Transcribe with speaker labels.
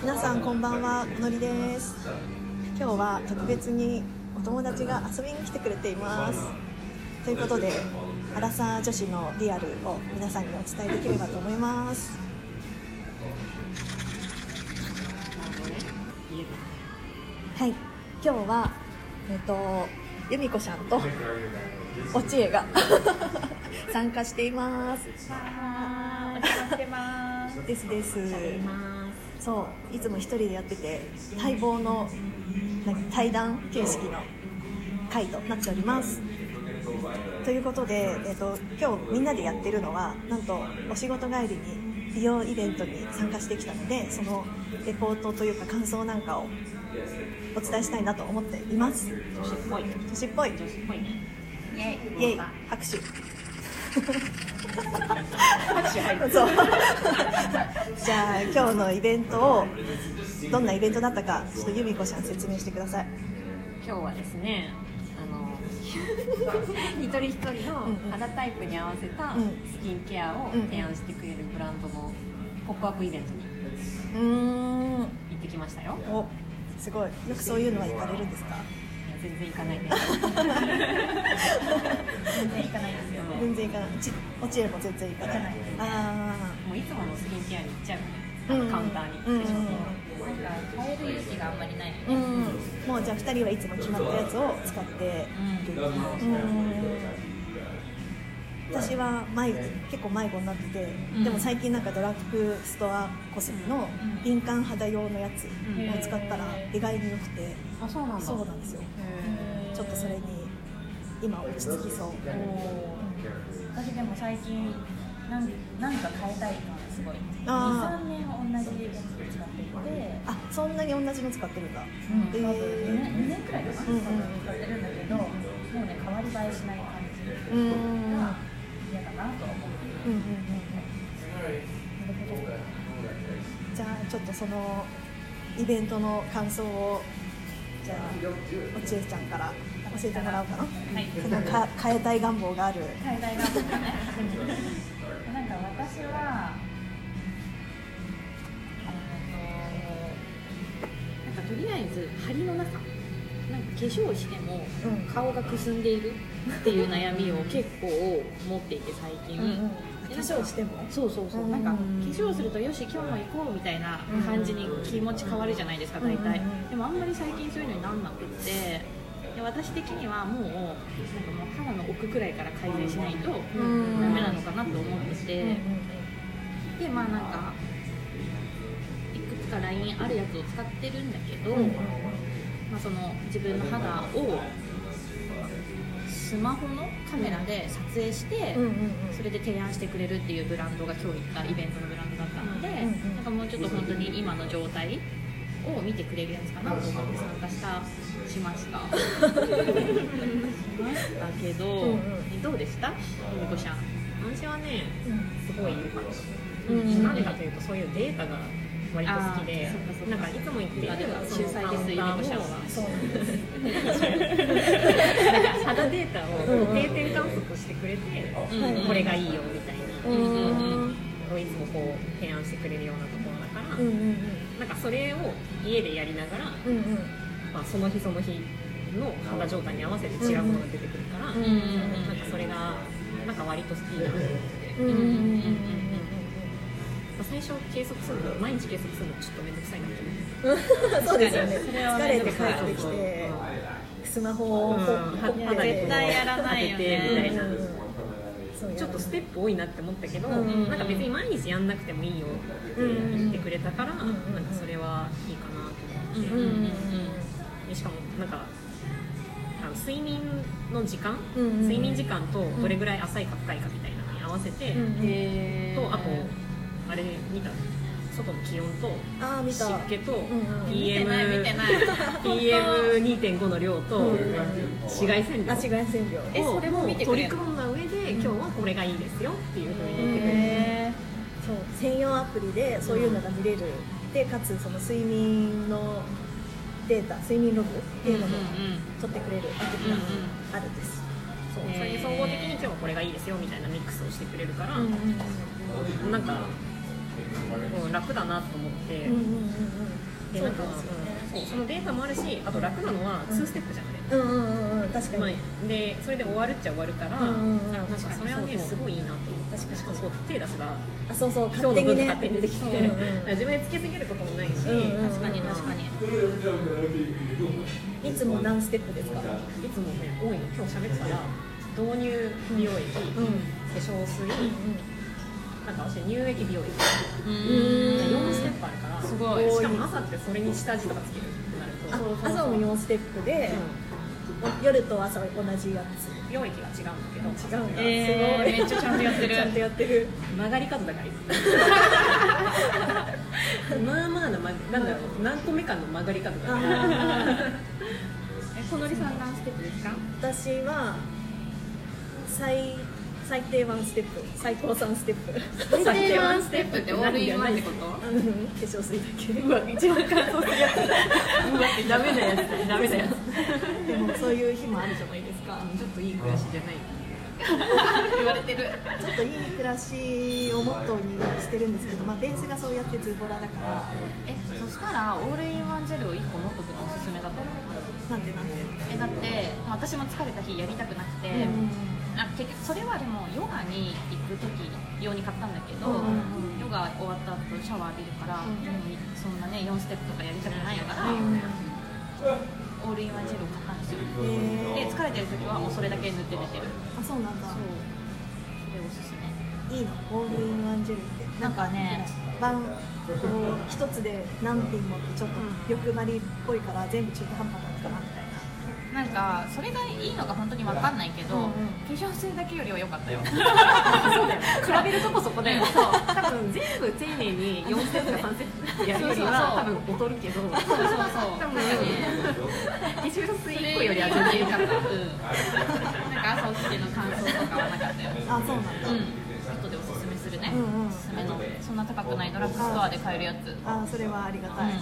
Speaker 1: 皆さんこんばんはのりです今日は特別にお友達が遊びに来てくれていますということでアラサー女子のリアルを皆さんにお伝えできればと思いますはい今日はえっ、と由美子ちゃんとおちえが 参加しています
Speaker 2: お邪魔してます。
Speaker 1: ですです
Speaker 2: います。
Speaker 1: そういつも一人でやってて待望のなんか対談形式の回となっておりますということで、えっと今日みんなでやってるのはなんとお仕事帰りに美容イベントに参加してきたのでそのレポートというか感想なんかをお伝えしたいなと思っています
Speaker 2: 女子っぽい。女
Speaker 1: 年っぽい
Speaker 2: 子っぽいね。
Speaker 1: イ
Speaker 2: イ
Speaker 1: エ
Speaker 2: エ
Speaker 1: イ
Speaker 2: イ。
Speaker 1: 拍手
Speaker 2: 拍手入る。
Speaker 1: そうじゃあ今日のイベントをどんなイベントだったかちょっと由美子ちゃん説明してください
Speaker 2: 今日はですね、あの 一人一人の肌タイプに合わせたスキンケアを提案してくれるブランドのポップアップイベントに
Speaker 1: うーん
Speaker 2: 行ってきましたよ。
Speaker 1: おすごいよくそういうのは行かれるんですか
Speaker 2: いや全然行かないです。全然行かないですよ。
Speaker 1: 全然行かないち落ちるも全然行かない
Speaker 2: 行かない
Speaker 1: あ
Speaker 2: もういつものスキンケアに行っちゃうね。あのカウンターに
Speaker 1: うん
Speaker 2: 化粧品の。
Speaker 3: なんか変える勇気があんまりない
Speaker 1: あうんもうじゃあ2人はいつも決まったやつを使ってるうん私は迷結構迷子になってて、
Speaker 2: うん
Speaker 1: でも最近なんかドラッグストアコスメの
Speaker 2: うん
Speaker 1: 敏感肌用のやつ
Speaker 2: うん
Speaker 1: を使ったら意外に良くて、
Speaker 2: あ、そうなんだ。
Speaker 1: そうなんですよ
Speaker 2: へー
Speaker 1: ちょっとそれに今落ち着きそう、
Speaker 3: 私でも最近なんなんか変えたいのはすごい
Speaker 1: あ
Speaker 3: 23年同じやつを使っていて、
Speaker 1: あそんなに同じの使ってるんだ、
Speaker 3: うん2
Speaker 1: えー
Speaker 3: 年2年くらいかな、
Speaker 1: うんうん
Speaker 3: 使ってるんだけどもうね変わり映えしない感じが
Speaker 1: うーんうんうんうんうん
Speaker 3: 嫌だなとは思ってる
Speaker 1: じゃあちょっとそのイベントの感想をじゃあおちえちゃんから教えてもらおうかな
Speaker 3: はい
Speaker 1: そのか変えたい願望がある
Speaker 3: 変えたいなと思ってねなんか私は
Speaker 2: なんかとりあえず張りのなさなんか化粧しても
Speaker 1: うん
Speaker 2: 顔がくすんでいるっていう悩みを結構持っていて最近、
Speaker 1: 化粧しても
Speaker 2: そうそうそう、
Speaker 1: うん
Speaker 2: なんか化粧するとよし今日も行こうみたいな感じに気持ち変わるじゃないですか
Speaker 1: うん
Speaker 2: 大体、
Speaker 1: うんうん
Speaker 2: でもあんまり最近そういうのになんなくってで私的にはもうなんかもう肌の奥くらいから改善しないとダ
Speaker 1: ん
Speaker 2: メなのかなと思ってて、
Speaker 1: うんうん
Speaker 2: でまあなんかいくつかラインあるやつを使ってるんだけど、
Speaker 1: うん
Speaker 2: まあ、その自分の肌をスマホのカメラで撮影して、
Speaker 1: うんうんうん
Speaker 2: それで提案してくれるっていうブランドが今日行ったイベントのブランドだったので、
Speaker 1: んうん
Speaker 2: なんかもうちょっと本当に今の状態を見てくれるやつかなと思って参加したしましたしましたけど、
Speaker 1: うん
Speaker 2: どうでしたゆみこちゃん私はね
Speaker 1: うん
Speaker 4: すごい良かっ
Speaker 1: う
Speaker 4: た、
Speaker 1: ん
Speaker 4: なんでかというとそういうデータが割と好きで
Speaker 2: あーそっかそっ
Speaker 4: な
Speaker 2: か
Speaker 4: んかいつも行っている
Speaker 2: 秀才ですゆみこちゃんは
Speaker 1: そう
Speaker 4: 肌データを定点観測してくれて、
Speaker 2: うんうん
Speaker 4: これがいいよみたいな
Speaker 1: うんうん
Speaker 4: のをいつもこう提案してくれるようなところだから、
Speaker 1: うんうん
Speaker 4: なんかそれを家でやりながら、
Speaker 1: うんうん
Speaker 4: まあ、その日その日の肌状態に合わせて違うものが出てくるから、
Speaker 1: うんうん
Speaker 2: うん
Speaker 4: なんかそれがなんか割と好きなので、
Speaker 1: うんうんうんうんうんうん
Speaker 4: まあ最初計測するの毎日計測するのちょっと面倒くさいなと思
Speaker 1: うんそ
Speaker 4: って。
Speaker 1: うですよね
Speaker 3: それは
Speaker 1: 疲れ
Speaker 3: ね
Speaker 1: て帰ってきてスマホをこう
Speaker 4: うん
Speaker 1: こう
Speaker 4: 絶対や
Speaker 2: らないよね
Speaker 4: みたいな
Speaker 1: うんうんそうやる
Speaker 4: ちょっとステップ多いなって思ったけど、
Speaker 1: うん
Speaker 4: なんか別に毎日やんなくてもいいよって言ってくれたから、
Speaker 1: ん
Speaker 4: なんかそれはいいかなと思
Speaker 2: うん
Speaker 4: って、
Speaker 2: うんうん
Speaker 4: でしかもなんかあの睡眠の時間、
Speaker 1: うんうん
Speaker 4: 睡眠時間とどれぐらい浅いか深いかみたいなのに合わせて、
Speaker 1: うん
Speaker 2: へー
Speaker 4: とあとあれ見た外の気温と
Speaker 1: ああ見た
Speaker 4: 湿気と
Speaker 1: んうん
Speaker 4: PM
Speaker 2: 見てない見てない
Speaker 4: PM2.5 の量と
Speaker 1: うん
Speaker 4: 紫外線量
Speaker 1: あ紫外線量
Speaker 2: えそれも見てくれ
Speaker 4: を
Speaker 2: る
Speaker 4: 取り込んだ上で、今日はこれがいいですよっていうふうに言ってくれる、
Speaker 2: へ
Speaker 1: そう専用アプリでそういうのが見れる、でかつその睡眠のデータ睡眠ログって
Speaker 2: ー
Speaker 1: いうのも
Speaker 2: うんうんうん
Speaker 1: 取ってくれるアプリがあるんです、
Speaker 4: そう
Speaker 2: へー
Speaker 4: それで総合的に今日はこれがいいですよみたいなミックスをしてくれるから、なんか、うん、楽だなと思って、
Speaker 1: うんうんうんうんうん
Speaker 4: なんか、そうそのデータもあるしあと楽なのは2ステップじゃんね、
Speaker 1: うんうんうん確
Speaker 4: ま
Speaker 1: かに、
Speaker 4: あ、でそれで終わるっちゃ終わるから、
Speaker 1: うんうんうん
Speaker 4: なんかそれはねすごいいいなと思って
Speaker 1: 確かに
Speaker 4: しかもそう手出せば
Speaker 1: あ、そうそう勝
Speaker 4: 今日
Speaker 1: 手
Speaker 4: の
Speaker 1: に
Speaker 4: 分
Speaker 1: ね
Speaker 4: 勝手に出てきて、
Speaker 1: うんうん
Speaker 4: 自分でつけすぎることもないし、
Speaker 1: うんうん
Speaker 4: 確かに確かにい
Speaker 1: いつも何ステップですか
Speaker 4: つもね多いの今日喋ってたら導入美容液、
Speaker 1: うん
Speaker 4: 化粧水、なんか私乳液美容液4ステップあるから
Speaker 2: すごい
Speaker 4: しかも朝ってそれに下地とかつけるってなる
Speaker 1: あ
Speaker 4: と
Speaker 1: 朝も4ステップで、夜と朝同じやつ
Speaker 4: 美容液が違うんだけど
Speaker 1: 違うんだ、
Speaker 2: えー
Speaker 1: すごい
Speaker 2: めっちゃちゃんとやってる
Speaker 1: ちゃんとやってる
Speaker 4: 曲がり角だからまあまあな、ま、なんだろう何個目かの曲がり角だか
Speaker 1: あ
Speaker 4: ら
Speaker 1: ー
Speaker 2: えこのりさん何ステップですか
Speaker 1: 私は最最低ワンステップ最高3ステップ
Speaker 4: 最低ワ
Speaker 2: ワ
Speaker 4: ン
Speaker 2: ン
Speaker 4: ス
Speaker 2: ス
Speaker 4: テ
Speaker 2: テ
Speaker 4: ップ
Speaker 2: ップ
Speaker 4: っ
Speaker 2: ってて
Speaker 4: オ
Speaker 2: オ
Speaker 4: ール
Speaker 2: ール
Speaker 4: イ
Speaker 2: イ
Speaker 4: ン
Speaker 2: ン
Speaker 4: ワ
Speaker 2: ワ
Speaker 4: ン
Speaker 2: ン
Speaker 4: っ
Speaker 2: ってて
Speaker 4: こ
Speaker 2: ことと
Speaker 1: あの化粧水だけ
Speaker 4: うわ一番感想的やつダメなやつダメなやつ
Speaker 1: でもそういう日もあるじゃないですか
Speaker 2: ちょっといい暮らしじゃない言われてる
Speaker 1: ちょっといい暮らしをモットーにしてるんですけど、まあ、ベースがそうやってズボラだから
Speaker 2: えそしたらオールインワンジェルを1個持っとくのおすすめだと思う
Speaker 1: なんでなんで
Speaker 2: えだってまあ私も疲れた日やりたくなくて、あ結局それはでもヨガに行く時用に買ったんだけど、
Speaker 1: うんうんうん
Speaker 2: ヨガ終わった後シャワー浴びるから、
Speaker 1: うん
Speaker 2: でもそんなね4ステップとかやりたくないから、オールインワンジェルを買ったんですよ
Speaker 1: うんうん
Speaker 2: で
Speaker 1: えー
Speaker 2: 疲れてる時はもうそれだけ塗って寝てる
Speaker 1: あそうなんだ
Speaker 2: そうそれおすすめ
Speaker 1: いいのオールインワンジェルって
Speaker 2: なんかね
Speaker 1: バンこう一つで何品もってちょっと欲張りっぽいから全部中途半端なのかなみたいな
Speaker 2: なんかそれがいいのか本当に分かんないけど、
Speaker 1: うんうん
Speaker 2: 化粧水だけよりは良かったよ比べるとこそこだよ
Speaker 4: そう多分全部丁寧に4セットか3セットやるよりは多
Speaker 2: そう
Speaker 4: 分劣るけど
Speaker 2: そうそ
Speaker 4: 多
Speaker 2: うそう
Speaker 4: 分
Speaker 2: なんかね
Speaker 4: 化粧水
Speaker 2: そ
Speaker 4: 1
Speaker 2: れ
Speaker 4: 個より味
Speaker 2: は
Speaker 4: がいい
Speaker 2: 良
Speaker 4: か
Speaker 2: かっ
Speaker 4: ら
Speaker 2: た、うん、なんか朝起きての感想とかはなかったよ
Speaker 1: あそうなんだ、
Speaker 2: うん後でおすすめするね、
Speaker 1: うんうん
Speaker 2: おすすめのそんな高くないドラッグストアで買えるやつ
Speaker 1: あーそれはありがたい、
Speaker 2: う